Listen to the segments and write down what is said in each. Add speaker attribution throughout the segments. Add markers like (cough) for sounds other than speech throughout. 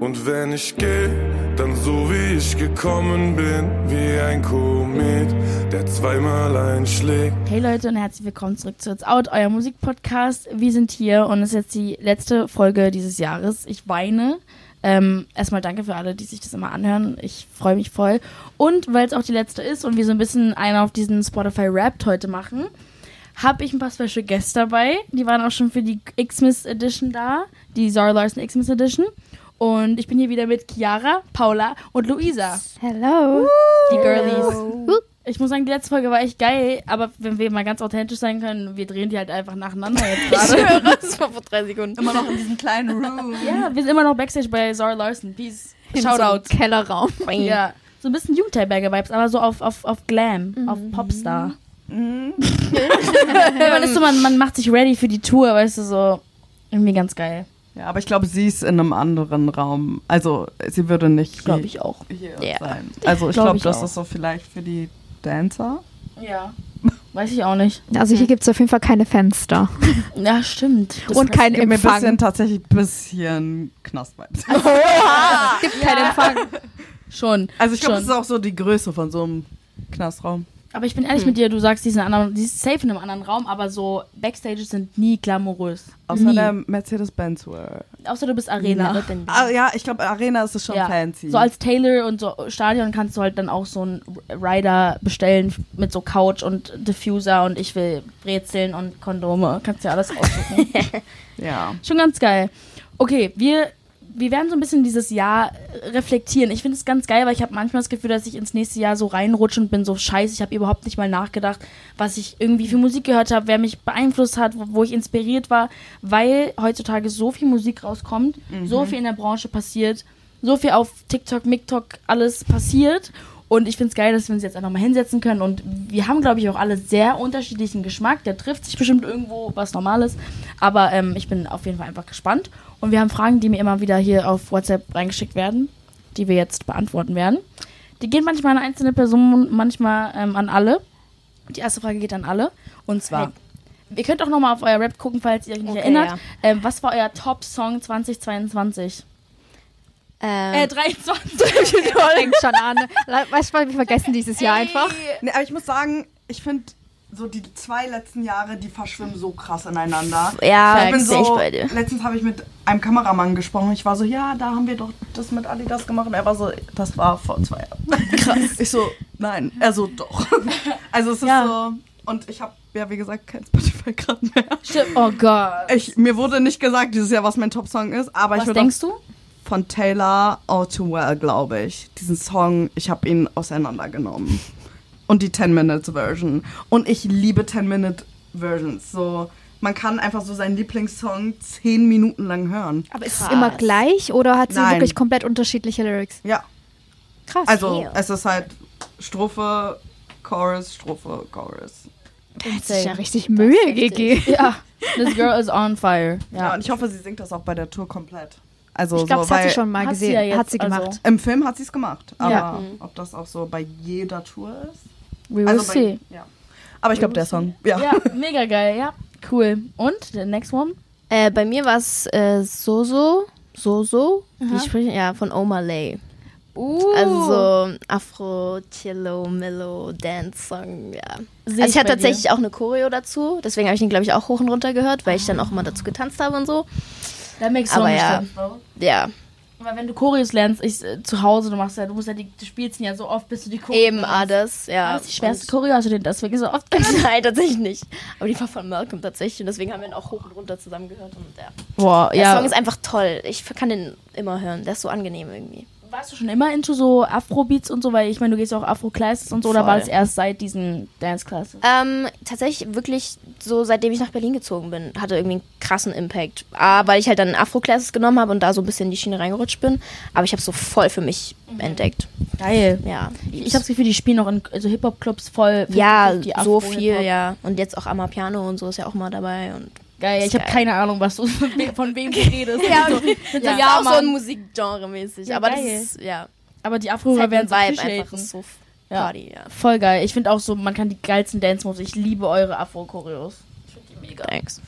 Speaker 1: Und wenn ich geh, dann so wie ich gekommen bin, wie ein Komet, der zweimal einschlägt.
Speaker 2: Hey Leute und herzlich willkommen zurück zu It's Out, euer Musikpodcast. Wir sind hier und es ist jetzt die letzte Folge dieses Jahres. Ich weine. Ähm, erstmal danke für alle, die sich das immer anhören. Ich freue mich voll. Und weil es auch die letzte ist und wir so ein bisschen einen auf diesen Spotify Wrapped heute machen, habe ich ein paar Special Guests dabei. Die waren auch schon für die Xmas Edition da, die Zara Larson Xmas Edition. Und ich bin hier wieder mit Chiara, Paula und Luisa.
Speaker 3: Hello.
Speaker 2: Die (laughs) Girlies. Ich muss sagen, die letzte Folge war echt geil, aber wenn wir mal ganz authentisch sein können, wir drehen die halt einfach nacheinander jetzt gerade.
Speaker 3: das war vor drei Sekunden.
Speaker 4: Immer noch in diesem kleinen Room.
Speaker 2: ja, wir sind immer noch Backstage bei Zara Larson. Peace. Shoutout.
Speaker 3: Kellerraum.
Speaker 2: Ja. So ein bisschen Jugendherberge-Vibes, aber so auf, auf, auf Glam, auf Popstar. (laughs) Ja, man, ist so, man, man macht sich ready für die Tour, weißt du, so irgendwie ganz geil.
Speaker 4: Ja, aber ich glaube, sie ist in einem anderen Raum. Also, sie würde nicht
Speaker 2: Glaube ich auch.
Speaker 4: hier
Speaker 3: Ja.
Speaker 4: sein. Also, ich
Speaker 2: Glaub
Speaker 4: glaube,
Speaker 2: ich
Speaker 4: das
Speaker 2: auch.
Speaker 4: ist so vielleicht für die Dancer.
Speaker 2: Ja. Weiß ich auch nicht.
Speaker 5: Also hier gibt es auf jeden Fall keine Fenster.
Speaker 2: Ja, stimmt. Das
Speaker 5: und
Speaker 2: heißt-
Speaker 5: keinen
Speaker 4: Mir ein bisschen
Speaker 5: Empfang.
Speaker 4: tatsächlich ein bisschen (laughs) Knast-Vibes.
Speaker 5: Es gibt keinen Empfang.
Speaker 2: Schon.
Speaker 4: Also, ich glaube,
Speaker 2: Schon.
Speaker 4: das ist auch so die Größe von so einem Knastraum.
Speaker 2: Aber ich bin
Speaker 4: Hm.
Speaker 2: ehrlich mit dir, du sagst, die ist, in einem anderen, die ist safe in einem anderen Raum, aber so Backstages sind nie glamourös.
Speaker 4: Außer
Speaker 2: nie.
Speaker 4: der Mercedes-Benz World.
Speaker 2: Außer du bist Arena.
Speaker 4: Ah, ja, ich glaube, Arena ist es schon
Speaker 2: Ja.
Speaker 4: fancy.
Speaker 2: So als Taylor und so Stadion kannst du halt dann auch so einen Rider bestellen mit so Couch und Diffuser und ich will Brezeln und Kondome. Kannst ja alles aussuchen.
Speaker 4: ja.
Speaker 2: Schon ganz geil. Okay, wir, wir werden so ein bisschen dieses Jahr äh, reflektieren. Ich finde es ganz geil, weil ich habe manchmal das Gefühl, dass ich ins nächste Jahr so reinrutsche und bin so scheiße. Ich habe überhaupt nicht mal nachgedacht, was ich irgendwie für Musik gehört habe, wer mich beeinflusst hat, wo, wo ich inspiriert war, weil heutzutage so viel Musik rauskommt, so viel in der Branche passiert, so viel auf TikTok, MikTok alles passiert. Und ich finde es geil, dass wir uns jetzt einfach mal hinsetzen können. Und wir haben, glaube ich, auch alle sehr unterschiedlichen Geschmack. Der trifft sich bestimmt irgendwo, was Normales. Aber ähm, ich bin auf jeden Fall einfach gespannt. Und wir haben Fragen, die mir immer wieder hier auf WhatsApp reingeschickt werden, die wir jetzt beantworten werden. Die gehen manchmal an einzelne Personen, manchmal ähm, an alle. Die erste Frage geht an alle. Und zwar, ihr könnt auch nochmal auf euer Rap gucken, falls ihr euch nicht
Speaker 3: Okay,
Speaker 2: erinnert.
Speaker 3: ja.
Speaker 2: Ähm, was war euer Top-Song 2022? Äh, (laughs)
Speaker 3: Ähm,
Speaker 2: 23.
Speaker 5: Fängt schon an. Le- Weißt du, was, wir vergessen dieses Jahr einfach.
Speaker 4: Nee, aber ich muss sagen, ich finde so die zwei letzten Jahre, die verschwimmen so krass ineinander.
Speaker 3: ja,
Speaker 4: ich bin
Speaker 3: sehe ich
Speaker 4: so,
Speaker 3: bei dir.
Speaker 4: letztens habe ich mit einem Kameramann gesprochen. Ich war so, ja, da haben wir doch das mit Adidas gemacht. Und er war so, das war vor zwei Jahren. Krass. (laughs) Ich so, nein. Er so, doch. Also es ist
Speaker 2: Ja.
Speaker 4: so. Und ich habe, ja, wie gesagt, kein Spotify gerade mehr.
Speaker 2: Oh Gott.
Speaker 4: Ich, mir wurde nicht gesagt dieses Jahr, was mein Top-Song ist. Aber ich
Speaker 2: Was
Speaker 4: würde
Speaker 2: denkst du?
Speaker 4: von Taylor All Too Well, glaube ich. Diesen Song, ich habe ihn auseinandergenommen. Und die 10-Minutes-Version. Und ich liebe 10-Minute-Versions. So, man kann einfach so seinen Lieblingssong 10 Minuten lang hören.
Speaker 5: Aber ist es immer gleich oder hat sie
Speaker 4: Nein.
Speaker 5: wirklich komplett unterschiedliche Lyrics?
Speaker 4: Ja,
Speaker 5: Krass.
Speaker 4: also es ist halt Strophe, Chorus, Strophe, Chorus.
Speaker 5: das ist ja richtig Mühe gegeben.
Speaker 2: Ja. This girl is on fire.
Speaker 4: Ja.
Speaker 2: Ja.
Speaker 4: und ich hoffe, sie singt das auch bei der Tour komplett. Also,
Speaker 5: Ich glaube,
Speaker 4: so,
Speaker 5: das hat
Speaker 4: weil
Speaker 5: sie schon mal
Speaker 2: Hat sie
Speaker 5: gesehen.
Speaker 2: ja jetzt,
Speaker 5: hat sie
Speaker 2: also.
Speaker 5: gemacht.
Speaker 4: Im Film hat sie es gemacht. Aber
Speaker 2: Ja.
Speaker 4: ob das auch so bei jeder Tour ist?
Speaker 2: We will
Speaker 4: Also bei,
Speaker 2: see.
Speaker 4: ja. Aber ich glaube, der Song. Ja.
Speaker 2: Ja, mega geil, ja. Cool. Und, the next one?
Speaker 3: Äh, bei mir war es äh, Soso. Soso? Wie spricht Ja, von Omalay.
Speaker 2: Uh.
Speaker 3: Also so Afro, Chillo, Mellow, Dance Song, ja.
Speaker 2: ich
Speaker 3: Also ich hatte
Speaker 2: bei dir.
Speaker 3: tatsächlich auch eine Choreo dazu, deswegen habe ich den, glaube ich, auch hoch und runter gehört, weil ich dann auch immer dazu getanzt habe und so.
Speaker 2: That makes so
Speaker 3: aber
Speaker 2: much
Speaker 3: ja.
Speaker 2: sense, bro.
Speaker 3: Ja,
Speaker 2: Weil wenn du Choreos lernst, ich, äh, zu Hause, du machst ja, du musst ja die, du spielst ihn ja so oft, bis du die Choreo
Speaker 3: eben
Speaker 2: lernst.
Speaker 3: alles,
Speaker 2: Das Oh,
Speaker 3: ja.
Speaker 2: Ah, ist die schwerste Choreo, hast du den deswegen so oft
Speaker 3: Und- (laughs) Nein, tatsächlich nicht. Aber die war von Malcolm tatsächlich und deswegen haben wir ihn auch hoch und runter zusammen gehört. Und ja.
Speaker 2: Boah,
Speaker 3: Der Song ist einfach toll. Ich kann den immer hören. Der ist so angenehm irgendwie.
Speaker 2: Warst du schon immer into so Afrobeats und so, weil ich meine, du gehst ja auch Afro-Classes und so, oder
Speaker 3: Voll.
Speaker 2: war das erst seit diesen Dance-Classes?
Speaker 3: Ähm, tatsächlich wirklich so, seitdem ich nach Berlin gezogen bin, hatte irgendwie einen krassen Impact. A, weil ich halt dann Afro-Classes genommen habe und da so ein bisschen in die Schiene reingerutscht bin. Aber ich habe so voll für mich entdeckt.
Speaker 2: Geil.
Speaker 3: Ja.
Speaker 2: Mhm. Ich, ich habe das Gefühl, die spielen auch in also Hip-Hop-Clubs voll.
Speaker 3: ja,
Speaker 2: 50-50
Speaker 3: so
Speaker 2: Afro-Hip-Hop.
Speaker 3: viel, ja. Und jetzt auch Amapiano und so ist ja auch mal dabei. Und
Speaker 2: Geil, ich habe
Speaker 3: Geil.
Speaker 2: keine Ahnung, was du (laughs) von we- von wem du
Speaker 3: (laughs)
Speaker 2: redest. (laughs) ja, so, ja,
Speaker 3: Das
Speaker 2: ja
Speaker 3: ist auch so ein
Speaker 2: Mann.
Speaker 3: Musikgenre mäßig.
Speaker 2: Ja,
Speaker 3: aber
Speaker 2: geil.
Speaker 3: das ist, ja.
Speaker 2: Aber die
Speaker 3: Das ist
Speaker 2: Afro-Rapper
Speaker 3: halt ein
Speaker 2: werden so
Speaker 3: Vibe einfach.
Speaker 2: appreciaten.
Speaker 3: Ist so
Speaker 2: Ja.
Speaker 3: Party, ja.
Speaker 2: Voll geil. Ich finde auch so, man kann die (laughs) geilsten Dance-Moves. Ich liebe eure Afro-Choreos.
Speaker 3: Thanks.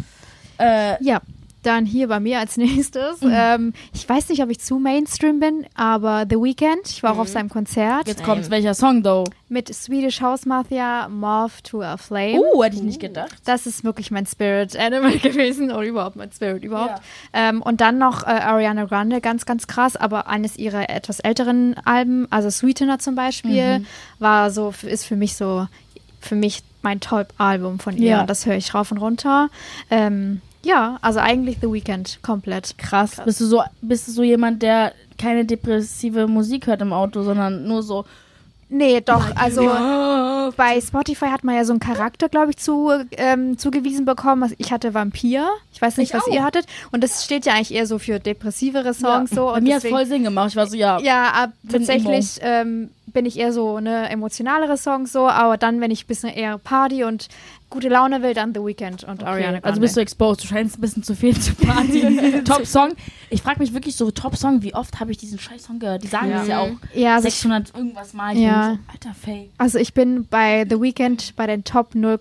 Speaker 2: Äh,
Speaker 5: Ja. Dann hier bei mir als nächstes. Ähm, ich weiß nicht, ob ich zu Mainstream bin, aber The Weeknd, ich war auch auf seinem Konzert
Speaker 2: Jetzt kommt welcher Song, though?
Speaker 5: mit Swedish House Mafia, Morph to a Flame.
Speaker 2: Oh, hätte ich nicht gedacht.
Speaker 5: Das ist wirklich mein Spirit Animal (laughs) gewesen oder überhaupt mein Spirit überhaupt. Ähm, und dann noch äh, Ariana Grande, ganz, ganz krass, aber eines ihrer etwas älteren Alben, also Sweetener zum Beispiel,
Speaker 2: Mhm.
Speaker 5: war so, ist für mich so, für mich mein Top-Album von ihr.
Speaker 2: Ja.
Speaker 5: Und das höre ich rauf und runter. Ähm, ja, also eigentlich The Weeknd komplett.
Speaker 2: Krass. Bist, du so, bist du so jemand, der keine depressive Musik hört im Auto, sondern nur so.
Speaker 5: Nee, doch, also bei Spotify hat man ja so einen Charakter, glaube ich, zu, ähm, zugewiesen bekommen. Was Ich hatte Vampir, ich weiß nicht,
Speaker 2: Ich
Speaker 5: was
Speaker 2: auch.
Speaker 5: ihr hattet. Und das steht ja eigentlich eher so für depressivere Songs. so,
Speaker 2: Bei
Speaker 5: und
Speaker 2: mir hat
Speaker 5: deswegen-
Speaker 2: voll Sinn gemacht. Ich war so, ja.
Speaker 5: Ja, ab,
Speaker 2: Bin
Speaker 5: tatsächlich ähm, bin ich eher so eine emotionalere Song so, aber dann, wenn ich ein bisschen eher Party und gute Laune will, dann The Weeknd und Ariana Grande.
Speaker 2: Also bist du exposed. Du scheinst ein bisschen zu viel zu (laughs) Party. Top-Song. Ich frage mich wirklich so, Top-Song, wie oft habe ich diesen scheiß Song gehört? Die sagen das ja auch
Speaker 5: ja, also ich,
Speaker 2: 600 irgendwas Mal. Ich
Speaker 5: Ja.
Speaker 2: bin so, alter Faye.
Speaker 5: also ich bin bei The Weeknd bei den Top 0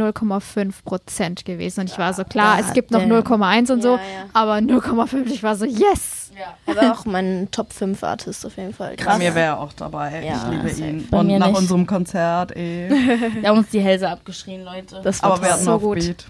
Speaker 5: 0,5 Prozent gewesen und ich war so klar, es gibt noch
Speaker 2: damn.
Speaker 5: 0,1 und so,
Speaker 3: Ja, ja.
Speaker 5: aber 0,5, ich war so yes.
Speaker 3: Er war auch mein Top 5 Artist auf jeden Fall.
Speaker 4: Bei mir wäre er auch dabei.
Speaker 3: Ja,
Speaker 4: ich liebe
Speaker 3: safe.
Speaker 4: ihn.
Speaker 2: Bei
Speaker 4: Und
Speaker 2: mir
Speaker 4: nach
Speaker 2: nicht.
Speaker 4: unserem Konzert, eh.
Speaker 2: Wir haben uns die Hälse abgeschrien, Leute.
Speaker 3: Das war
Speaker 4: Aber wir hatten
Speaker 5: so
Speaker 4: auch
Speaker 5: gut.
Speaker 4: Beat.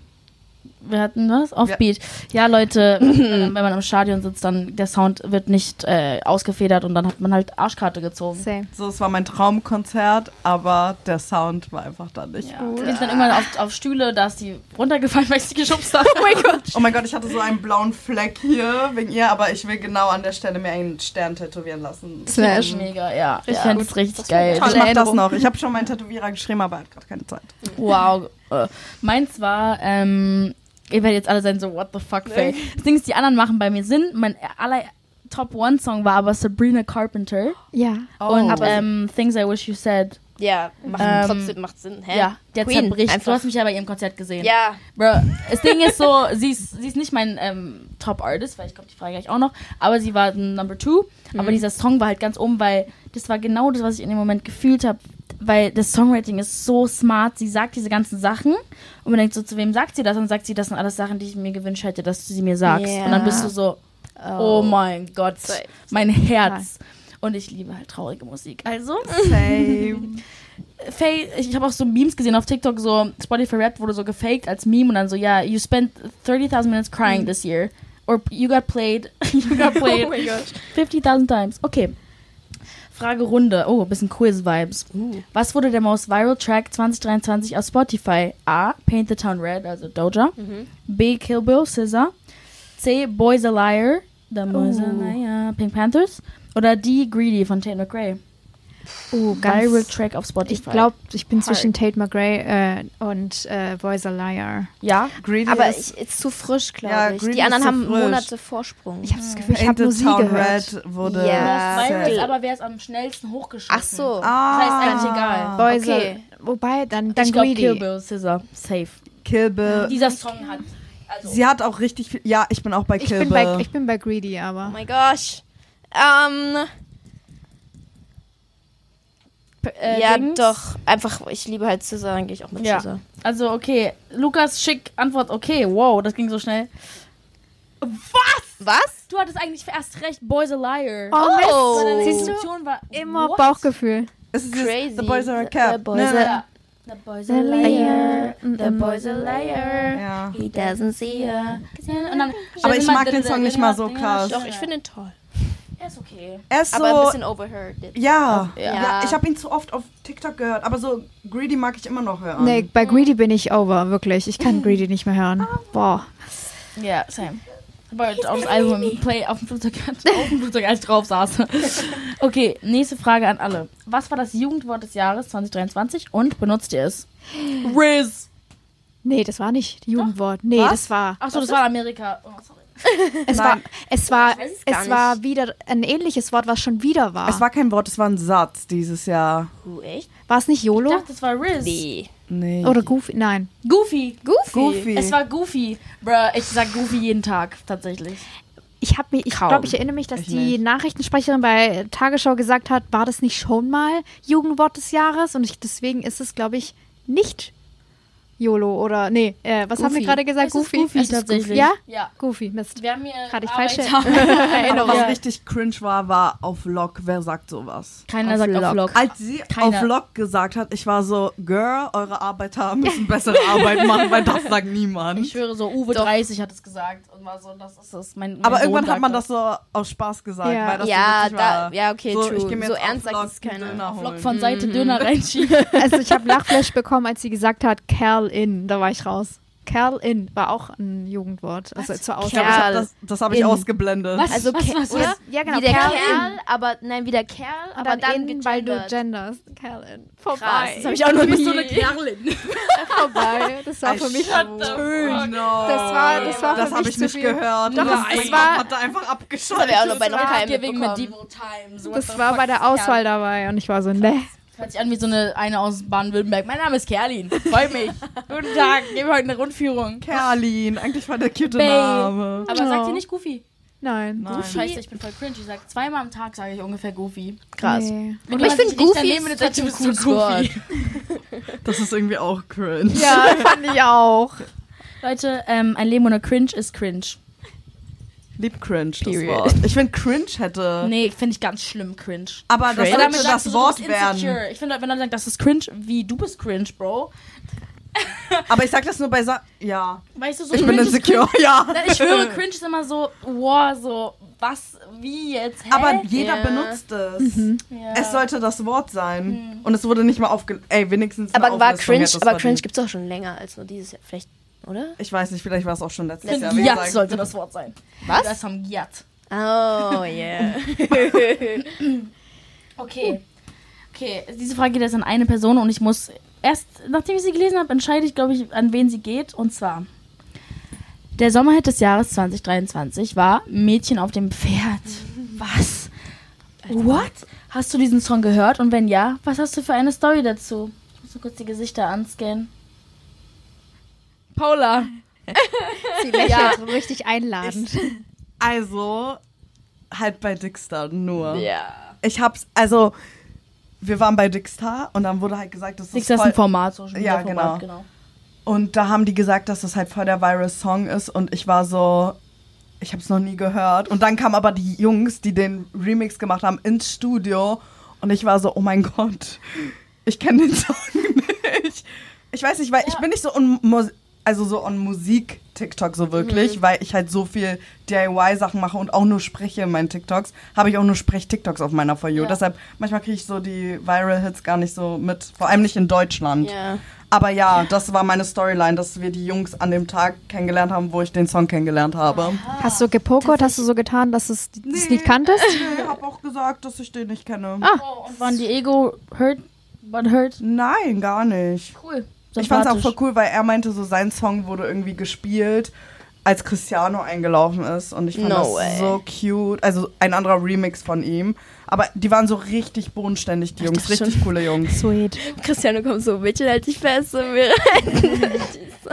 Speaker 2: Wir hatten was? Offbeat. Ja, (clears throat) Leute, wenn man im Stadion sitzt, dann der Sound wird nicht äh, ausgefedert und dann hat man halt Arschkarte gezogen.
Speaker 5: Same.
Speaker 4: So, es war mein Traumkonzert, aber der Sound war einfach da nicht
Speaker 2: Ja.
Speaker 4: gut.
Speaker 2: Wir sind dann irgendwann auf, auf Stühle, da ist die runtergefallen, weil ich sie geschubst habe. Oh (laughs) mein Gott.
Speaker 4: Oh mein Gott, ich hatte so einen blauen Fleck hier wegen ihr, aber ich will genau an der Stelle mir einen Stern tätowieren lassen.
Speaker 5: Slash.
Speaker 2: Mega, ja. Ich
Speaker 4: Ja,
Speaker 2: fand es richtig geil.
Speaker 4: Ich
Speaker 5: Tolle
Speaker 4: mach das
Speaker 5: Erinnerung.
Speaker 4: noch. Ich habe schon meinen Tätowierer geschrieben, aber er hat gerade keine Zeit.
Speaker 2: Wow. Äh, meins war, ähm, ihr werdet jetzt alle sein, so, what the fuck, Faye. Das Ding ist, die anderen machen bei mir Sinn. Mein aller Top-One-Song war aber Sabrina Carpenter
Speaker 5: Ja.
Speaker 2: und
Speaker 3: Oh. aber-
Speaker 2: ähm, (laughs) Things I Wish You Said.
Speaker 3: Ja, macht
Speaker 2: Ähm,
Speaker 3: trotzdem macht Sinn. Hä?
Speaker 2: Ja, der
Speaker 3: Äh, Queen,
Speaker 2: zerbricht. Du
Speaker 3: einfach.
Speaker 2: hast mich ja bei ihrem Konzert gesehen.
Speaker 3: Ja,
Speaker 2: Bro, das Ding ist so, (laughs) sie ist, sie ist nicht mein ähm, Top-Artist, weil ich glaube, die Frage gleich auch noch, aber sie war ein Number Two. Aber dieser Song war halt ganz oben, weil das war genau das, was ich in dem Moment gefühlt habe, weil das Songwriting ist so smart. Sie sagt diese ganzen Sachen und man denkt so, zu wem sagt sie das? Und dann sagt sie, das sind alles Sachen, die ich mir gewünscht hätte, dass du sie mir sagst.
Speaker 3: Ja.
Speaker 2: Und dann bist du so, oh, mein Gott,
Speaker 3: Safe.
Speaker 2: mein Herz. Und ich liebe halt traurige Musik. Also,
Speaker 4: Same.
Speaker 2: Faye, ich habe auch so Memes gesehen auf TikTok, so Spotify Rap wurde so gefaked als Meme und dann so, ja, you spent 30.000 minutes crying this year. Or you got played, (laughs) you
Speaker 3: (laughs)
Speaker 2: got played 50.000 times. Okay. Frage Runde. Oh, bisschen Quiz-Vibes.
Speaker 4: Uh.
Speaker 2: Was wurde der most viral Track 2023 auf Spotify? A. Paint the Town Red, also Doja. B. Kill Bill, SZA. C. Boys a Liar, The Boys a Liar, Pink Panthers. Oder D. Greedy von Tate McRae.
Speaker 5: Oh,
Speaker 2: Viral Track auf Spotify.
Speaker 5: Ich glaube, ich bin
Speaker 2: Hard.
Speaker 5: zwischen Tate McRae äh, und äh, Boys a Liar.
Speaker 2: Ja.
Speaker 4: Greedy
Speaker 3: aber
Speaker 4: ist
Speaker 3: ich, ist zu frisch, glaube
Speaker 4: Ja,
Speaker 3: ich.
Speaker 4: Green
Speaker 3: Die
Speaker 4: ist
Speaker 3: anderen
Speaker 4: zu
Speaker 3: haben
Speaker 4: frisch.
Speaker 3: Monate Vorsprung.
Speaker 5: Ich habe das Gefühl, ich habe
Speaker 4: Painted
Speaker 5: nur sie
Speaker 4: Town
Speaker 5: gehört.
Speaker 4: Red wurde.
Speaker 3: Ja.
Speaker 2: Most viral ist
Speaker 4: sehr-
Speaker 2: aber, wer ist am schnellsten hochgeschossen?
Speaker 3: Ach so.
Speaker 2: Das heißt
Speaker 4: Ah,
Speaker 2: eigentlich egal.
Speaker 5: Boys
Speaker 3: Okay.
Speaker 5: a, wobei, dann, dann
Speaker 2: ich glaube,
Speaker 5: Greedy.
Speaker 2: Kill Bill, Scissor, safe.
Speaker 4: Kill Bill.
Speaker 2: Dieser Song hat. Also,
Speaker 4: Sie hat auch richtig viel. Ja, ich bin auch bei
Speaker 5: ich,
Speaker 4: Kill
Speaker 5: bin
Speaker 4: Bill.
Speaker 5: bei, ich bin bei Greedy, aber.
Speaker 3: Oh mein Gott. Ähm,
Speaker 2: äh,
Speaker 3: ja,
Speaker 2: Dings?
Speaker 3: doch. Einfach, ich liebe halt Scissor, dann gehe ich auch mit
Speaker 2: Ja.
Speaker 3: Scissor.
Speaker 2: Also, okay. Lukas, schick Antwort, okay. Wow, das ging so schnell. Was?
Speaker 3: Was?
Speaker 2: Du hattest eigentlich erst recht, Boys a Liar.
Speaker 3: Oh.
Speaker 2: Deine
Speaker 5: Siehst du?
Speaker 2: Intuition war
Speaker 5: Immer
Speaker 2: What?
Speaker 5: Bauchgefühl.
Speaker 4: Es ist dieses
Speaker 3: Crazy.
Speaker 4: The Boys Are a
Speaker 3: The-
Speaker 4: Cat.
Speaker 3: The Boys
Speaker 4: Ne, ne,
Speaker 2: Ja. The boys a liar, the boys a liar,
Speaker 4: Ja.
Speaker 3: He doesn't see her.
Speaker 2: Und dann,
Speaker 4: Aber ich mag den Song nicht mal so krass.
Speaker 3: Doch, ich finde ihn toll.
Speaker 2: Er ist okay.
Speaker 4: Er ist
Speaker 3: Aber ein
Speaker 4: so.
Speaker 3: bisschen overheard. jetzt.
Speaker 4: Ja.
Speaker 3: Ja.
Speaker 4: ja. ich habe ihn zu oft auf TikTok gehört, aber so Greedy mag ich immer noch hören.
Speaker 5: Nee, bei Greedy bin ich over, wirklich. Ich kann Greedy nicht mehr hören. Boah.
Speaker 2: Ja, same. Aber auf das Album im Play auf dem Flugzeug, (laughs) als- auf dem Flugzeug als ich drauf saß. Okay, nächste Frage an alle. Was war das Jugendwort des Jahres 2023 und benutzt ihr es? Riz.
Speaker 5: Nee, das war nicht Jugendwort. Nee,
Speaker 4: Was?
Speaker 5: das war.
Speaker 2: Achso, das war in Amerika. Oh, sorry.
Speaker 5: Es war, es war,
Speaker 3: weiß es gar
Speaker 5: es war wieder ein ähnliches Wort, was schon wieder war.
Speaker 4: Es war kein Wort, es war ein Satz dieses Jahr.
Speaker 3: Du echt?
Speaker 5: war es nicht
Speaker 2: Ich
Speaker 5: YOLO?
Speaker 2: dachte, das war Riz.
Speaker 3: Nee.
Speaker 4: Nee.
Speaker 5: Oder Goofy? Nein.
Speaker 2: Goofy. Goofy.
Speaker 4: Goofy.
Speaker 2: Es war Goofy. Bruh, ich sag Goofy jeden Tag, tatsächlich.
Speaker 5: Ich habe mich, ich glaube, ich erinnere mich, dass die Nachrichtensprecherin bei Tagesschau gesagt hat, war das nicht schon mal Jugendwort des Jahres? Und ich, deswegen ist es, glaube ich, nicht YOLO oder, nee, äh, was haben wir
Speaker 3: Goofy.
Speaker 5: gerade gesagt?
Speaker 2: Es ist Goofy
Speaker 5: Es ist
Speaker 2: tatsächlich.
Speaker 5: Ja?
Speaker 2: Ja.
Speaker 5: Goofy, Mist.
Speaker 2: Wir haben hier
Speaker 5: Hatte ich
Speaker 2: Arbeit-
Speaker 5: falsche
Speaker 4: Genau, was
Speaker 2: Ja.
Speaker 4: richtig cringe war, war auf Lock. Wer sagt sowas?
Speaker 2: Keiner
Speaker 3: Auf
Speaker 2: sagt auf
Speaker 3: Lock.
Speaker 2: Lock.
Speaker 4: Als sie
Speaker 2: Keiner.
Speaker 4: auf Lock gesagt hat, ich war so, Girl, eure Arbeiter müssen bessere (laughs) Arbeit machen, weil das sagt niemand.
Speaker 2: Ich schwöre so, Uwe 30 hat es gesagt und war so, das ist es. Mein, mein
Speaker 4: Aber
Speaker 2: Sohn
Speaker 4: irgendwann hat
Speaker 2: sagt
Speaker 4: man das so aus Spaß gesagt,
Speaker 5: Ja.
Speaker 4: weil das so
Speaker 3: ja,
Speaker 4: witzig
Speaker 3: da,
Speaker 4: war.
Speaker 3: ja, okay,
Speaker 4: so,
Speaker 3: true.
Speaker 4: Ich geh mir
Speaker 3: so
Speaker 4: jetzt auf
Speaker 3: ernst
Speaker 4: Lock
Speaker 3: sagt es
Speaker 4: einen
Speaker 3: keiner.
Speaker 4: Döner
Speaker 2: Lock
Speaker 4: holen.
Speaker 2: von Seite Döner reinschieben.
Speaker 5: Also ich habe Lachflash bekommen, als sie gesagt hat, Kerl in. Da war ich raus. Kerl in war auch ein Jugendwort. Also zur
Speaker 4: Ich glaub, ich
Speaker 5: Aussage.
Speaker 4: hab das das habe ich
Speaker 5: In.
Speaker 4: ausgeblendet.
Speaker 2: Was?
Speaker 3: Also,
Speaker 2: was,
Speaker 3: Ke-
Speaker 2: was,
Speaker 3: oder?
Speaker 2: was?
Speaker 5: Ja, genau,
Speaker 3: Wie der Kerl, aber nein, wie der Kerl,
Speaker 5: Und
Speaker 3: aber
Speaker 5: dann,
Speaker 3: in
Speaker 5: in, weil du
Speaker 3: gegendert.
Speaker 5: genderst. Kerl in. Vorbei.
Speaker 3: Krass, das hab ich
Speaker 2: auch noch nie.
Speaker 5: vorbei. Das war für mich.
Speaker 4: Shut the fuck.
Speaker 5: Das war, das war
Speaker 4: Das
Speaker 5: für
Speaker 4: habe
Speaker 5: mich
Speaker 4: ich
Speaker 5: zu
Speaker 4: nicht
Speaker 5: viel.
Speaker 4: gehört.
Speaker 5: Doch,
Speaker 4: das
Speaker 5: es- es
Speaker 4: ich
Speaker 5: war-
Speaker 4: hatte einfach
Speaker 3: Das
Speaker 4: abgeschaltet.
Speaker 3: habe ich auch noch bei noch keinem
Speaker 2: Giving
Speaker 3: mitbekommen.
Speaker 2: medieval times. What
Speaker 5: Das
Speaker 2: the
Speaker 5: war
Speaker 2: fuck
Speaker 5: bei der
Speaker 2: ist
Speaker 5: Auswahl
Speaker 2: Kerl?
Speaker 5: dabei und ich war so, ne.
Speaker 2: Hört sich an wie so eine, eine aus Baden-Württemberg. Mein Name ist Kerlin. Freu mich. Guten Tag. Geben wir heute eine Rundführung.
Speaker 4: Kerlin, eigentlich war der cute
Speaker 2: Babe.
Speaker 4: Name.
Speaker 2: Aber sagt
Speaker 5: Oh.
Speaker 2: ihr nicht Goofy?
Speaker 5: Nein.
Speaker 4: Nein.
Speaker 2: Scheiße, ich bin voll cringe. Ich sag zweimal am Tag sage ich ungefähr Goofy.
Speaker 3: Krass.
Speaker 5: Nee.
Speaker 3: Aber ich finde Goofy ist trotzdem ein cooles Wort.
Speaker 4: Das ist irgendwie auch cringe.
Speaker 5: Ja, (laughs) fand ich auch.
Speaker 2: Leute, ähm, ein Leben ohne Cringe ist cringe.
Speaker 4: Lieb cringe, das
Speaker 5: Period.
Speaker 4: Wort. Ich finde cringe hätte.
Speaker 2: Nee, finde ich ganz schlimm cringe.
Speaker 4: Aber das
Speaker 2: Weil damit
Speaker 4: sollte
Speaker 2: sagst du,
Speaker 4: das Wort
Speaker 2: du bist insecure.
Speaker 4: werden.
Speaker 2: Ich finde, wenn Leute sagen, das ist cringe, wie du bist cringe, Bro.
Speaker 4: Aber ich sag das nur bei Sa Ja.
Speaker 2: Weißt du, so
Speaker 4: Ich bin
Speaker 2: (laughs) cringe ist
Speaker 4: insecure, (laughs) ja.
Speaker 2: cringe. Ich (laughs) höre cringe ist immer so, wow, so, was, wie jetzt, hä?
Speaker 4: Aber jeder
Speaker 3: Ja.
Speaker 4: benutzt es.
Speaker 2: Ja.
Speaker 4: Es sollte das Wort sein. Und es wurde nicht mal aufge... Ey, wenigstens eine
Speaker 3: Aber war
Speaker 4: Auflistung
Speaker 3: cringe,
Speaker 4: hätte es
Speaker 3: aber cringe
Speaker 4: verdient.
Speaker 3: gibt's auch schon länger als nur dieses Jahr. Vielleicht, oder?
Speaker 4: Ich weiß nicht, vielleicht war es auch schon letztes
Speaker 2: Ich
Speaker 4: Jahr.
Speaker 2: finde,
Speaker 4: wie
Speaker 2: Giat
Speaker 4: gesagt.
Speaker 2: sollte das Wort sein.
Speaker 3: Was?
Speaker 2: Das haben Giat.
Speaker 3: Oh, (laughs) yeah.
Speaker 2: Okay. Uh. Okay, diese Frage geht jetzt an eine Person und ich muss erst, nachdem ich sie gelesen habe, entscheide ich, glaube ich, an wen sie geht. Und zwar: Der Sommerhit des Jahres 2023 war Mädchen auf dem (laughs) Pferd. Was? What? Hast du diesen Song gehört? Und wenn ja, was hast du für eine Story dazu? Ich muss nur kurz die Gesichter anscannen. Paula.
Speaker 5: Sie lächelt richtig einladend.
Speaker 4: Also, halt bei Dickstar nur.
Speaker 3: ja.
Speaker 4: Ich hab's, also, wir waren bei Dickstar und dann wurde halt gesagt, das
Speaker 2: Das
Speaker 4: ist
Speaker 2: ist ein
Speaker 4: voll...
Speaker 2: Format, so
Speaker 4: Ja,
Speaker 2: Format, genau.
Speaker 4: Und da haben die gesagt, dass das halt voll der Virus-Song ist und ich war so... Ich hab's noch nie gehört. Und dann kamen aber die Jungs, die den Remix gemacht haben, ins Studio und ich war so, oh mein Gott, ich kenne den Song (laughs) nicht. Ich weiß nicht, weil ich bin nicht so on, Mus- also so on Musik TikTok so wirklich, weil ich halt so viel DIY Sachen mache und auch nur spreche in meinen TikToks, habe ich auch nur Sprech TikToks auf meiner For You.
Speaker 2: Ja.
Speaker 4: Deshalb manchmal kriege ich so die Viral Hits gar nicht so mit, vor allem nicht in Deutschland.
Speaker 3: Ja.
Speaker 4: Aber ja, das war meine Storyline, dass wir die Jungs an dem Tag kennengelernt haben, wo ich den Song kennengelernt habe.
Speaker 3: Ah.
Speaker 5: Hast du gepokert? Hast du so getan, dass du das Lied kanntest?
Speaker 4: Ich habe auch gesagt, dass ich den nicht kenne.
Speaker 3: Ah.
Speaker 2: Oh, und waren die Ego hurt, but hurt?
Speaker 4: Nein, gar nicht.
Speaker 2: Cool.
Speaker 4: Ich fand es auch
Speaker 2: Sympathisch.
Speaker 4: voll cool, weil er meinte, so sein Song wurde irgendwie gespielt, als Cristiano eingelaufen ist. Und ich fand
Speaker 3: No
Speaker 4: das
Speaker 3: way.
Speaker 4: so cute. Also ein anderer Remix von ihm. Aber die waren so richtig bodenständig, die Jungs.
Speaker 3: das
Speaker 4: Richtig coole
Speaker 3: (laughs)
Speaker 4: Jungs.
Speaker 5: Sweet.
Speaker 3: Christiane kommt so, Mädchen hält dich fest. Und wir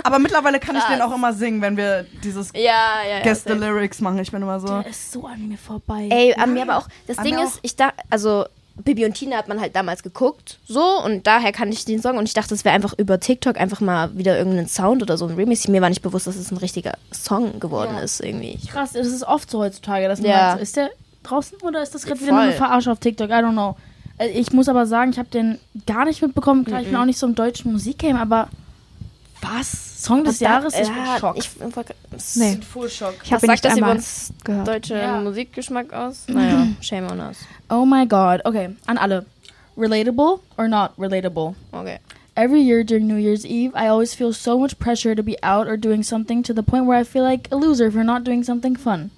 Speaker 4: Aber mittlerweile kann ich den auch immer singen, wenn wir dieses
Speaker 3: ja, ja, ja.
Speaker 4: Guess the
Speaker 3: safe.
Speaker 4: Lyrics machen. Ich bin immer so.
Speaker 2: Der ist so an mir vorbei.
Speaker 3: Ey, an mir aber auch. Das
Speaker 4: An
Speaker 3: Ding
Speaker 4: mir
Speaker 3: ist, ich dachte, also Bibi und Tina hat man halt damals geguckt, so und daher kannte ich den Song und ich dachte, es wäre einfach über TikTok einfach mal wieder irgendein Sound oder so ein Remix. Mir war nicht bewusst, dass es ein richtiger Song geworden
Speaker 2: Ja.
Speaker 3: ist irgendwie.
Speaker 2: Krass, das ist oft so heutzutage, dass man
Speaker 3: Ja.
Speaker 2: sagt, ist der draußen oder ist das gerade wieder nur eine
Speaker 3: Voll.
Speaker 2: Verarsche auf TikTok? I don't know. Äh, Ich muss aber sagen, ich habe den gar nicht mitbekommen. Klar, ich bin auch nicht so im deutschen Musikgame, aber was? Song des
Speaker 3: Und da-
Speaker 2: Jahres? Ich bin
Speaker 3: ja,
Speaker 2: Schock.
Speaker 3: Ich,
Speaker 5: Nee.
Speaker 2: full Schock.
Speaker 5: Ich habe
Speaker 3: Was
Speaker 5: nicht
Speaker 3: sagt das über
Speaker 5: einmal
Speaker 3: uns
Speaker 5: gehört.
Speaker 3: deutscher
Speaker 2: Ja.
Speaker 3: Musikgeschmack
Speaker 2: Mhm.
Speaker 3: aus? Naja, shame on us.
Speaker 2: Oh my god. Okay, an alle. Relatable or not relatable?
Speaker 3: Okay.
Speaker 2: Every year during New Year's Eve, I always feel so much pressure to be out or doing something to the point where I feel like a loser for not doing something fun.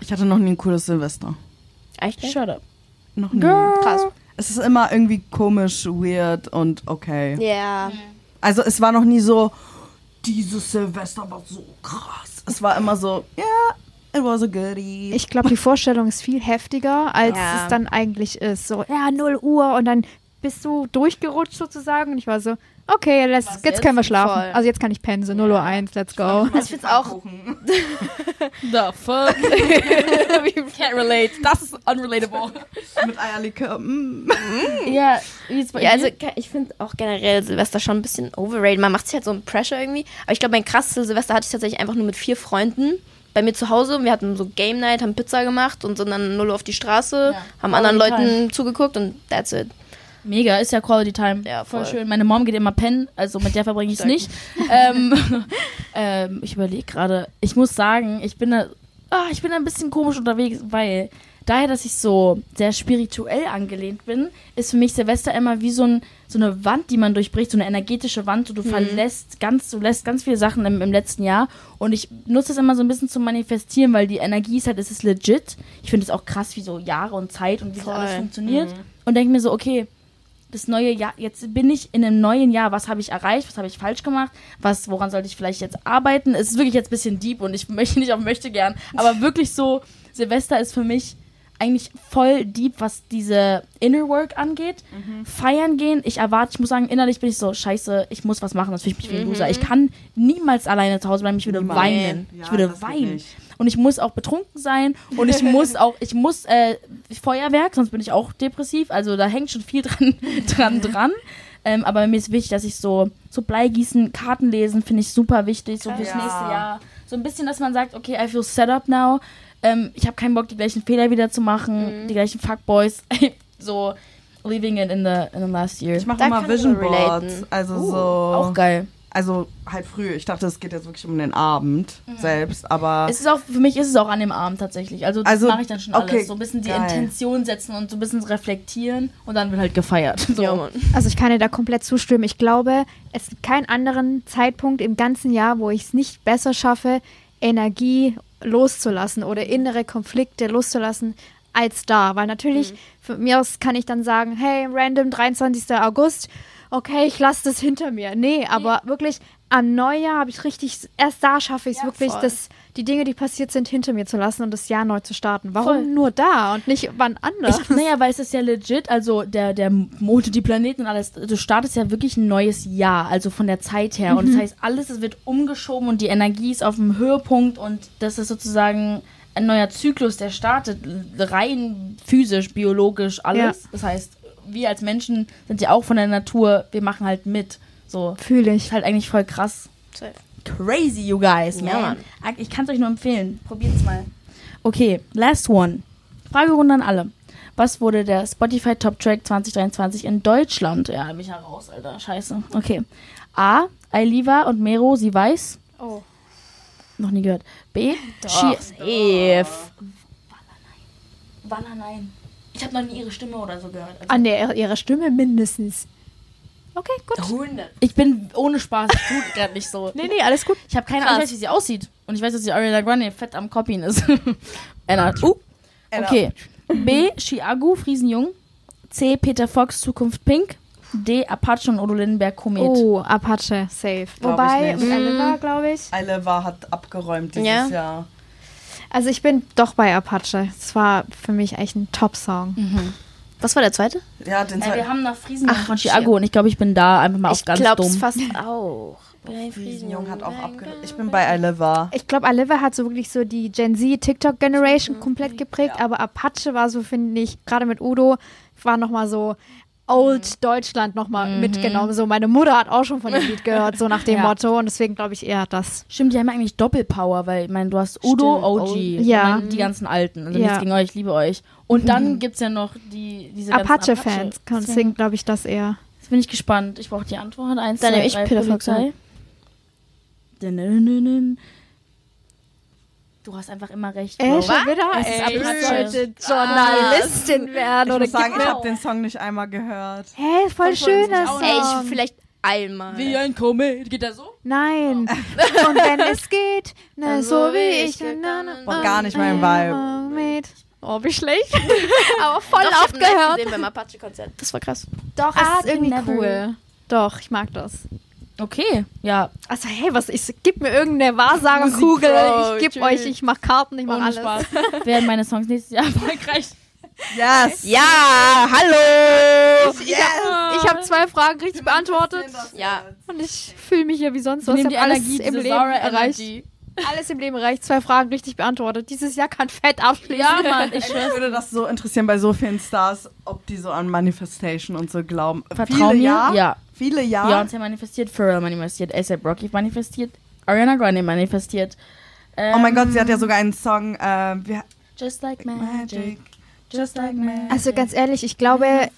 Speaker 4: Ich hatte noch nie ein cooles Silvester.
Speaker 3: Echt? nicht?
Speaker 2: Shut up.
Speaker 4: Noch nie.
Speaker 2: Girl.
Speaker 3: Krass.
Speaker 4: Es ist immer irgendwie komisch, weird und okay.
Speaker 3: Ja.
Speaker 4: Also es war noch nie so, dieses Silvester war so krass. Es war immer so, ja, yeah, it was a goodie.
Speaker 5: Ich glaube, die Vorstellung ist viel heftiger, als
Speaker 3: Ja.
Speaker 5: es dann eigentlich ist. So, ja, 0 Uhr und dann bist du durchgerutscht sozusagen. Und ich war so, Okay, let's, jetzt,
Speaker 3: jetzt?
Speaker 5: können wir schlafen.
Speaker 3: Voll.
Speaker 5: Also jetzt kann ich pennen, so 0 Uhr 1, let's go.
Speaker 3: Also ich find's auch,
Speaker 2: The (laughs) fuck? Can't relate. Das ist unrelatable.
Speaker 4: Mit Eierlikör. mm.
Speaker 2: ja, jetzt bei
Speaker 3: ja,
Speaker 2: dir?
Speaker 3: also ke- ich finde auch generell Silvester schon ein bisschen overrated. Man macht sich halt so einen Pressure irgendwie. Aber ich glaube, mein krasses Silvester hatte ich tatsächlich einfach nur mit vier Freunden bei mir zu Hause. Wir hatten so Game Night, haben Pizza gemacht und sind dann null auf die Straße,
Speaker 2: Ja.
Speaker 3: haben anderen
Speaker 2: Quality
Speaker 3: Leuten zugeguckt und that's it.
Speaker 2: Mega, ist ja Quality Time.
Speaker 3: Ja,
Speaker 2: voll.
Speaker 3: voll.
Speaker 2: schön. Meine Mom geht immer pennen, also mit der verbringe ich es
Speaker 3: Sehr
Speaker 2: nicht. ähm, (laughs) ähm, ich überlege gerade, ich muss sagen, ich bin da, ah, ich bin da ein bisschen komisch unterwegs, weil daher, dass ich so sehr spirituell angelehnt bin, ist für mich Silvester immer wie so, ein, so eine Wand, die man durchbricht, so eine energetische Wand,
Speaker 3: Mhm.
Speaker 2: so du verlässt ganz, du lässt ganz viele Sachen im, im letzten Jahr und ich nutze das immer so ein bisschen zu manifestieren, weil die Energie ist halt, es ist legit. Ich finde es auch krass, wie so Jahre und Zeit und wie das
Speaker 3: Voll. Mhm.
Speaker 2: alles funktioniert und denke mir so, okay, das neue Jahr, jetzt bin ich in einem neuen Jahr, was habe ich erreicht, was habe ich falsch gemacht, was, woran sollte ich vielleicht jetzt arbeiten? Es ist wirklich jetzt ein bisschen deep und ich (laughs) möchte nicht auf möchte gern, aber wirklich so, Silvester ist für mich eigentlich voll deep, was diese Inner Work angeht.
Speaker 4: Mhm.
Speaker 2: Feiern gehen, ich erwarte, ich muss sagen, innerlich bin ich so, scheiße, ich muss was machen, das fühle ich mich wie ein Loser. Ich kann niemals alleine zu Hause bleiben, ich würde
Speaker 4: Mhm. Niemals.
Speaker 2: weinen.
Speaker 4: Nee.
Speaker 2: ich
Speaker 4: Ja,
Speaker 2: würde
Speaker 4: das geht
Speaker 2: weinen.
Speaker 4: nicht.
Speaker 2: Und ich muss auch betrunken sein und ich
Speaker 4: (laughs)
Speaker 2: muss auch, ich muss äh, Feuerwerk, sonst bin ich auch depressiv. Also da hängt schon viel dran, (laughs) dran, dran. Ähm, aber mir ist wichtig, dass ich so, so Bleigießen, Karten lesen, finde ich super wichtig, so fürs
Speaker 4: Ja.
Speaker 2: nächste Jahr. So ein bisschen, dass man sagt, okay, I feel set up now. Ähm, ich habe keinen Bock, die gleichen Fehler wieder zu
Speaker 4: Mhm.
Speaker 2: machen, die gleichen Fuckboys. (laughs) so leaving it in the, in the last year.
Speaker 4: Ich mache
Speaker 3: Da
Speaker 4: immer
Speaker 3: kann man
Speaker 4: Vision
Speaker 3: relaten.
Speaker 4: Boards. Also
Speaker 3: Uh,
Speaker 4: so.
Speaker 2: Auch geil.
Speaker 4: Also halt früh. Ich dachte, es geht jetzt wirklich um den Abend selbst, aber.
Speaker 2: Es ist auch, für mich ist es auch an dem Abend tatsächlich. Also, das
Speaker 4: Also,
Speaker 2: mache ich dann schon
Speaker 4: okay,
Speaker 2: alles. So ein bisschen die
Speaker 4: geil.
Speaker 2: Intention setzen und so ein bisschen reflektieren und dann wird halt gefeiert. (laughs) So.
Speaker 3: Ja, Mann.
Speaker 5: Also ich kann dir da komplett zustimmen. Ich glaube, es gibt keinen anderen Zeitpunkt im ganzen Jahr, wo ich es nicht besser schaffe, Energie loszulassen oder innere Konflikte loszulassen als da. Weil
Speaker 2: Mhm.
Speaker 5: natürlich, von mir aus kann ich dann sagen, hey, random 23. August, okay, ich lasse das hinter mir. Nee, aber wirklich am Neujahr habe ich richtig, erst da schaffe ich es wirklich,
Speaker 3: voll.
Speaker 5: das, die Dinge, die passiert sind, hinter mir zu lassen und das Jahr neu zu starten. Warum
Speaker 2: Voll.
Speaker 5: nur da und nicht wann anders?
Speaker 2: Ich, naja, weil es ist ja legit, also der, der Mond, die Planeten und alles, du startest ja wirklich ein neues Jahr, also von der Zeit her. Und das heißt, alles es wird umgeschoben und die Energie ist auf dem Höhepunkt und das ist sozusagen ein neuer Zyklus, der startet, rein physisch, biologisch, alles.
Speaker 5: Ja.
Speaker 2: Das heißt, wir als Menschen sind ja auch von der Natur, wir machen halt mit. So,
Speaker 5: Fühle ich.
Speaker 2: ist halt eigentlich voll krass.
Speaker 3: Safe.
Speaker 2: Crazy, you guys,
Speaker 3: Ja,
Speaker 2: man. Ich kann es euch nur empfehlen. Probiert's mal. Okay, last one. Fragerunde an alle. Was wurde der Spotify Top Track 2023 in Deutschland? Ja, da bin ich ja raus, Alter. Scheiße. Okay. A. Ailiva und Mero, sie weiß.
Speaker 5: Oh.
Speaker 2: Noch nie gehört. B. She E,
Speaker 3: Doch, safe.
Speaker 2: Walla, nein. Ich habe noch nie ihre Stimme oder so gehört. Also-
Speaker 5: An der, ihrer Stimme mindestens. Okay, gut.
Speaker 2: ich bin ohne Spaß. Ich tue gerade nicht so.
Speaker 5: (laughs) Nee, nee, alles gut.
Speaker 2: Ich habe keine
Speaker 3: Krass.
Speaker 2: Ahnung, ich weiß, wie sie aussieht. Und ich weiß, dass die Ariana Grande fett am Copien ist. (laughs) Anna. Uh.
Speaker 4: Anna.
Speaker 2: Okay. B. Chiago, Friesenjung. C. Peter Fox, Zukunft Pink. D. Apache und Odo Lindenberg, Komet.
Speaker 5: Oh, Apache, safe.
Speaker 4: Glaub
Speaker 5: Wobei,
Speaker 4: ich nicht.
Speaker 5: und Oliver, glaube ich.
Speaker 4: Aleva hat abgeräumt dieses
Speaker 3: Ja.
Speaker 4: Jahr.
Speaker 5: Also ich bin doch bei Apache. Es war für mich echt ein Top-Song.
Speaker 4: Mhm.
Speaker 3: Was war der zweite?
Speaker 4: Ja, den
Speaker 2: Äh, wir
Speaker 4: zweiten
Speaker 2: haben nach Friesenjung
Speaker 3: Ach,
Speaker 2: von Chiago und ich glaube, ich bin da einfach mal auf
Speaker 3: Ich
Speaker 2: ganz
Speaker 3: glaub's
Speaker 2: dumm. (laughs)
Speaker 3: fast auch. Nein,
Speaker 4: Friesenjung hat auch abgeräumt. Ich bin bei Aleva.
Speaker 5: Ich glaube, Oliver hat so wirklich so die Gen Z TikTok-Generation komplett geprägt, aber Apache war so, finde ich, gerade mit Udo, war nochmal so
Speaker 4: Mhm.
Speaker 5: Old Deutschland nochmal mal mitgenommen. So, meine Mutter hat auch schon von dem Lied gehört, so
Speaker 4: (laughs)
Speaker 5: nach dem
Speaker 2: Ja.
Speaker 5: Motto. Und deswegen glaube ich eher das.
Speaker 2: Stimmt, die haben ja eigentlich Doppelpower, weil ich meine, du hast Udo,
Speaker 3: Stimmt,
Speaker 2: OG,
Speaker 3: OG.
Speaker 5: Oh, Ja.
Speaker 2: und dann die ganzen Alten. Also
Speaker 5: Ja. Mhm.
Speaker 2: nichts gegen euch, ich liebe euch. Und dann gibt's ja noch die, diese ganzen
Speaker 5: Apache-Fans, deswegen
Speaker 2: Deswegen
Speaker 5: glaube ich das eher.
Speaker 2: jetzt bin ich gespannt. Ich brauche die Antwort. Eins, zwei,
Speaker 3: Dann nehme ich
Speaker 2: drei,
Speaker 3: Peter Fox,
Speaker 2: Polizei. Dun-dun-dun-dun. Du hast einfach immer recht.
Speaker 5: Ey,
Speaker 2: Bro.
Speaker 5: Äh, schon wieder?
Speaker 2: Es ist
Speaker 5: Ey, ich
Speaker 2: Apache.
Speaker 5: sollte Journalistin werden
Speaker 4: Ich
Speaker 5: oder
Speaker 4: muss sagen, ich
Speaker 5: genau.
Speaker 4: habe den Song nicht einmal gehört.
Speaker 5: Hey, voll schöner Song.
Speaker 3: Ey, ich vielleicht einmal.
Speaker 2: Wie ein Komet. Geht das so?
Speaker 5: Nein. Und wenn es geht, na, so, wie ich. Na, na,
Speaker 4: War gar nicht mein Vibe.
Speaker 5: Mit. Oh, wie schlecht. Aber voll
Speaker 3: Doch, ich hab
Speaker 5: oft
Speaker 3: ihn live
Speaker 5: gehört.
Speaker 3: gesehen beim Apache-Konzert. Das war krass.
Speaker 5: Doch,
Speaker 2: I
Speaker 5: es ist
Speaker 2: can
Speaker 5: irgendwie
Speaker 2: never-
Speaker 5: cool. Doch, ich mag das.
Speaker 2: Okay. Ja,
Speaker 5: Also, hey, was ich gib mir irgendeine Wahrsagerkugel.
Speaker 3: Musik, Bro,
Speaker 5: Ich geb
Speaker 3: chill.
Speaker 5: euch, ich mach Karten, ich mach
Speaker 2: ohne
Speaker 5: alles.
Speaker 2: Spaß. Werden meine Songs nächstes Jahr erfolgreich?
Speaker 4: Yes.
Speaker 3: Ja, hallo!
Speaker 5: Ich hab- Ich habe zwei Fragen richtig beantwortet.
Speaker 3: Ja,
Speaker 5: Und ich fühle mich ja wie sonst was.
Speaker 2: Nimm
Speaker 5: Ich
Speaker 2: die
Speaker 5: hab alles
Speaker 2: Energie,
Speaker 5: im
Speaker 2: diese
Speaker 5: Leben
Speaker 2: saure
Speaker 5: erreicht.
Speaker 2: Energy.
Speaker 5: Alles im Leben erreicht. Zwei Fragen richtig beantwortet. Dieses Jahr kann Fett abschließen.
Speaker 2: Ja, Mann, ich
Speaker 4: Ich würde das so interessieren bei so vielen Stars, ob die so an Manifestation und so glauben.
Speaker 2: vertraue
Speaker 4: viele
Speaker 2: mir.
Speaker 4: ja,
Speaker 2: Ja.
Speaker 4: Viele ja.
Speaker 2: Beyoncé manifestiert, Pharrell manifestiert, A$AP Rocky manifestiert, Ariana Grande manifestiert.
Speaker 4: Oh mein
Speaker 2: Ähm,
Speaker 4: Gott, sie hat ja sogar einen Song. Äh, wie,
Speaker 2: Just like
Speaker 4: Magic.
Speaker 2: magic, just like magic.
Speaker 5: Also ganz ehrlich, ich glaube,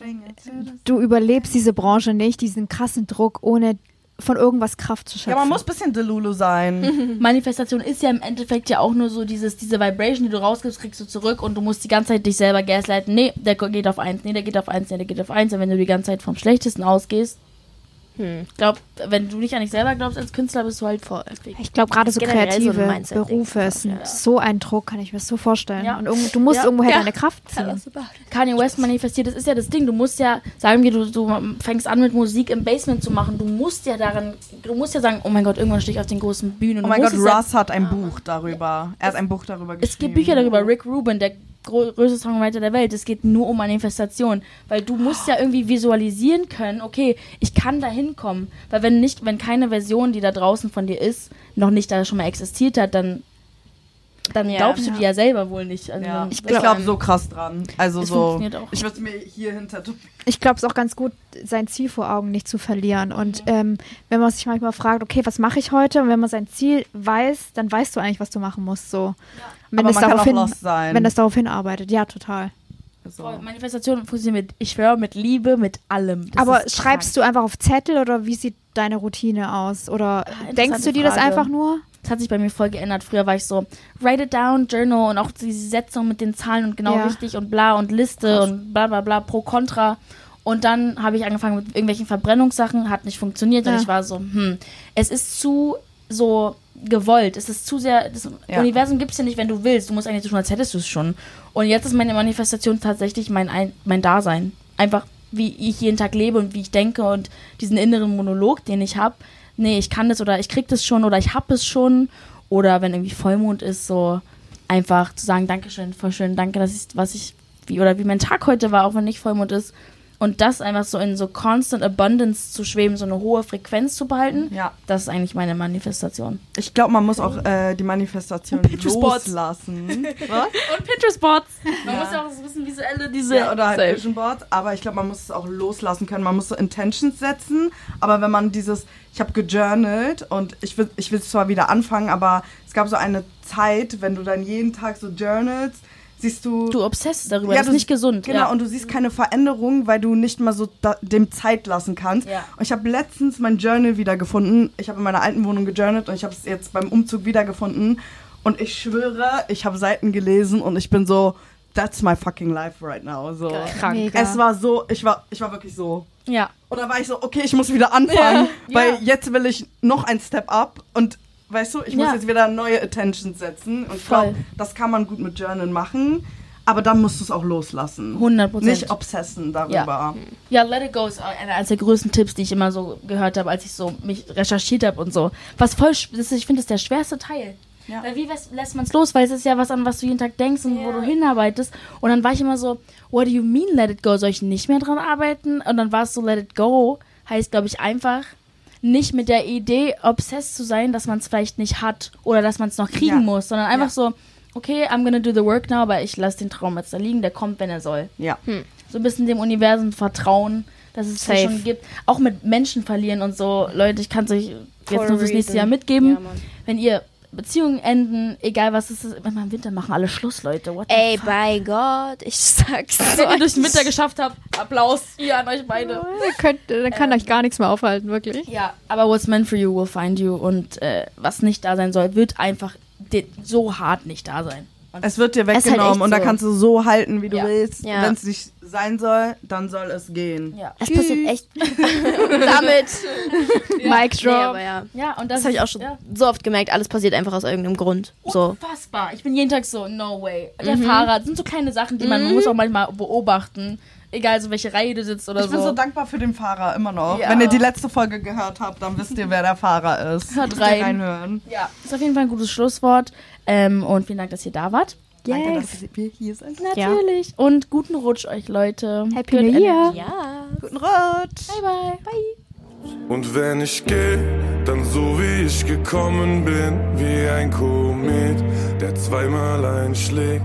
Speaker 5: du überlebst diese Branche nicht, diesen krassen Druck, ohne von irgendwas Kraft zu schöpfen.
Speaker 4: Ja, man muss ein bisschen Delulu
Speaker 2: Mhm.
Speaker 4: sein.
Speaker 2: Manifestation ist ja im Endeffekt ja auch nur so dieses, diese Vibration, die du rausgibst, kriegst du zurück und du musst die ganze Zeit dich selber gaslighten. Nee, der geht auf eins, nee, der geht auf eins, nee, der geht auf eins. Und wenn du die ganze Zeit vom Schlechtesten ausgehst,
Speaker 3: Hm.
Speaker 2: glaub, wenn du nicht an dich selber glaubst als Künstler, bist du halt voll.
Speaker 5: Ich glaube, gerade so
Speaker 3: Generell so ein
Speaker 5: kreative
Speaker 3: Mindset-Ding
Speaker 5: Berufe
Speaker 3: einfach,
Speaker 5: ist ein-
Speaker 3: ja.
Speaker 5: so ein Druck, kann ich mir das so vorstellen.
Speaker 2: Ja.
Speaker 5: Und irgendwo, du musst
Speaker 2: Ja.
Speaker 5: irgendwoher
Speaker 2: Ja.
Speaker 5: deine Kraft ziehen.
Speaker 2: Kanye West manifestiert, das ist ja das Ding. Du musst ja, sagen wir, du, du fängst an mit Musik im Basement zu machen. Du musst ja daran, du musst ja sagen, oh mein Gott, irgendwann stehe ich auf den großen Bühnen.
Speaker 4: Oh mein
Speaker 2: du
Speaker 4: Gott,
Speaker 2: musst es ja-
Speaker 4: Russ hat ein Buch darüber. Er hat ein Buch darüber geschrieben.
Speaker 2: Es gibt Bücher darüber. Rick Rubin, der grö- größte Songwriter der Welt. Es geht nur um Manifestation. Weil du musst ja irgendwie visualisieren können, okay, ich kann da hinkommen. Weil wenn nicht, wenn keine Version, die da draußen von dir ist, noch nicht da schon mal existiert hat, dann, dann
Speaker 3: Ja.
Speaker 2: glaubst du dir ja selber wohl nicht. Also,
Speaker 4: Ja. Ich
Speaker 2: das-
Speaker 4: glaube glaub, so krass dran. Also
Speaker 2: Es
Speaker 4: so.
Speaker 2: funktioniert auch.
Speaker 4: Ich würde es mir hier hinter.
Speaker 5: Ich glaube, es ist auch ganz gut, sein Ziel vor Augen nicht zu verlieren. Und ähm, wenn man sich manchmal fragt, okay, was mache ich heute? Und wenn man sein Ziel weiß, dann weißt du eigentlich, was du machen musst. So. Wenn,
Speaker 4: Aber
Speaker 5: das
Speaker 4: man kann
Speaker 5: darauf
Speaker 4: auch
Speaker 5: hin,
Speaker 4: lost sein.
Speaker 5: wenn das darauf hinarbeitet, ja, total.
Speaker 2: Voll,
Speaker 4: So.
Speaker 2: Manifestation funktioniert mit, ich schwöre, mit Liebe, mit allem. Das
Speaker 5: Aber
Speaker 2: ist
Speaker 5: schreibst
Speaker 2: krank.
Speaker 5: du einfach auf Zettel oder wie sieht deine Routine aus? Oder
Speaker 2: interessante
Speaker 5: denkst du dir das
Speaker 2: Frage.
Speaker 5: einfach nur?
Speaker 2: Das hat sich bei mir voll geändert. Früher war ich so, write it down, Journal und auch diese Setzung mit den Zahlen und genau
Speaker 5: Ja.
Speaker 2: richtig und bla und Liste und bla bla bla, pro kontra. Und dann habe ich angefangen mit irgendwelchen Verbrennungssachen, hat nicht funktioniert
Speaker 5: Ja.
Speaker 2: und ich war so, hm, es ist zu so gewollt, es ist zu sehr, das
Speaker 4: Ja.
Speaker 2: Universum gibt es ja nicht, wenn du willst, du musst eigentlich so tun, als hättest du es schon. Und jetzt ist meine Manifestation tatsächlich mein, Ein mein Dasein. Einfach, wie ich jeden Tag lebe und wie ich denke und diesen inneren Monolog, den ich habe, nee, ich kann das oder ich krieg das schon oder ich hab es schon oder wenn irgendwie Vollmond ist, so einfach zu sagen, Dankeschön, voll schön, danke, dass ich, was ich, wie oder wie mein Tag heute war, auch wenn nicht Vollmond ist. Und das einfach so in so constant abundance zu schweben, so eine hohe Frequenz zu behalten,
Speaker 4: Ja.
Speaker 2: das ist eigentlich meine Manifestation.
Speaker 4: Ich glaube, man muss auch äh, die Manifestation
Speaker 2: Pinterest-Boards.
Speaker 4: (laughs) loslassen. Was?
Speaker 2: Und Pinterest-Boards. Man muss ja auch so ein bisschen visuelle, diese...
Speaker 4: Ja, oder halt
Speaker 2: Safe.
Speaker 4: Vision Boards, aber ich glaube, man muss es auch loslassen können. Man muss so Intentions setzen, aber wenn man dieses, ich habe gejournalt und ich will ich will zwar wieder anfangen, aber es gab so eine Zeit, wenn du dann jeden Tag so journalst, siehst du
Speaker 2: Du obsessst darüber, das
Speaker 4: du-
Speaker 2: ist nicht gesund.
Speaker 4: Genau,
Speaker 2: ja.
Speaker 4: und du siehst keine Veränderung, weil du nicht mal so da, dem Zeit lassen kannst.
Speaker 2: Ja.
Speaker 4: Und ich habe letztens mein Journal wiedergefunden. Ich habe in meiner alten Wohnung gejournalt und ich habe es jetzt beim Umzug wiedergefunden. Und ich schwöre, ich habe Seiten gelesen und ich bin so, that's my fucking life right now. So.
Speaker 3: Geil.
Speaker 5: Krank. Mega.
Speaker 4: Es war so, ich war, ich war wirklich so.
Speaker 2: ja.
Speaker 4: Und da war ich so, okay, ich muss wieder anfangen,
Speaker 2: Ja.
Speaker 4: weil
Speaker 2: Ja.
Speaker 4: jetzt will ich noch ein Step up und weißt du, ich muss
Speaker 2: Ja.
Speaker 4: jetzt wieder neue Attentions setzen. Und ich
Speaker 2: Voll.
Speaker 4: glaube, das kann man gut mit Journal machen, aber dann musst du es auch loslassen.
Speaker 2: 100%.
Speaker 4: Nicht obsessen darüber.
Speaker 2: Ja, Let It Go ist einer als der größten Tipps, die ich immer so gehört habe, als ich so mich recherchiert habe und so. Was voll, sch- das ist, ich finde, das ist der schwerste Teil.
Speaker 4: Ja.
Speaker 2: Weil wie lässt, lässt man es los? Weil es ist ja was, an was du jeden Tag denkst und wo du hinarbeitest. Und dann war ich immer so, what do you mean let it go? Soll ich nicht mehr dran arbeiten? Und dann war es so, let it go heißt, glaube ich, einfach nicht mit der Idee obsessed zu sein, dass man es vielleicht nicht hat oder dass man es noch kriegen
Speaker 4: Ja.
Speaker 2: muss, sondern einfach
Speaker 4: Ja.
Speaker 2: so, okay, I'm gonna do the work now, aber ich lasse den Traum jetzt da liegen, der kommt, wenn er soll
Speaker 4: Ja.
Speaker 2: so ein bisschen dem Universum vertrauen, dass es das
Speaker 3: Safe.
Speaker 2: schon gibt. Auch mit Menschen verlieren und so. Leute, ich kann es euch
Speaker 3: a
Speaker 2: jetzt nur fürs nächste
Speaker 3: reason.
Speaker 2: Jahr
Speaker 3: ja,
Speaker 2: mitgeben.
Speaker 3: Mann.
Speaker 2: Wenn ihr Beziehungen enden, egal was es ist, immer im Winter machen alle Schluss, Leute. What the
Speaker 3: Ey,
Speaker 2: fuck?
Speaker 3: bei Gott, ich sag's
Speaker 2: Wenn ihr
Speaker 3: euch.
Speaker 2: durch den Winter geschafft habt, Applaus hier an euch beide.
Speaker 5: Ihr könnt, äh, dann kann euch gar nichts mehr aufhalten, wirklich.
Speaker 2: Ja, aber what's meant for you will find you und äh, was nicht da sein soll, wird einfach de- so hart nicht da sein. Und
Speaker 4: Es wird dir
Speaker 3: ist halt
Speaker 4: weggenommen
Speaker 3: echt
Speaker 4: und da
Speaker 3: so.
Speaker 4: kannst du so halten, wie du
Speaker 2: Ja.
Speaker 4: willst.
Speaker 3: Ja.
Speaker 4: Wenn es nicht sein soll, dann soll es gehen.
Speaker 2: ja.
Speaker 3: Es passiert echt (laughs) damit.
Speaker 5: Mic
Speaker 3: Nee,
Speaker 5: drop.
Speaker 3: aber ja.
Speaker 2: ja, und das,
Speaker 3: Das habe ich auch
Speaker 2: ist-
Speaker 3: schon
Speaker 2: ja.
Speaker 3: so oft gemerkt. Alles passiert einfach aus irgendeinem Grund. So.
Speaker 2: Unfassbar. Ich bin jeden Tag so, no way. Der Fahrrad das sind so kleine Sachen, die man, man muss auch manchmal beobachten. Egal, so welche Reihe du sitzt oder
Speaker 4: Ich bin so dankbar für den Fahrer immer noch. Wenn ihr die letzte Folge gehört habt, dann wisst ihr, wer der Fahrer ist.
Speaker 2: Hört
Speaker 4: Müsst ihr
Speaker 2: rein.
Speaker 4: Reinhören.
Speaker 2: ja, ist auf jeden Fall ein gutes Schlusswort. Ähm, und vielen Dank, dass ihr da wart.
Speaker 4: Danke,
Speaker 5: Yes.
Speaker 4: dass wir hier sind.
Speaker 2: Natürlich. Und guten Rutsch euch, Leute.
Speaker 5: Happy
Speaker 2: Good
Speaker 5: New Year.
Speaker 2: Energy.
Speaker 3: Ja.
Speaker 4: Guten Rutsch.
Speaker 2: Bye, bye. Bye.
Speaker 1: Und wenn ich geh, dann so wie ich gekommen bin, wie ein Komet, der zweimal einschlägt.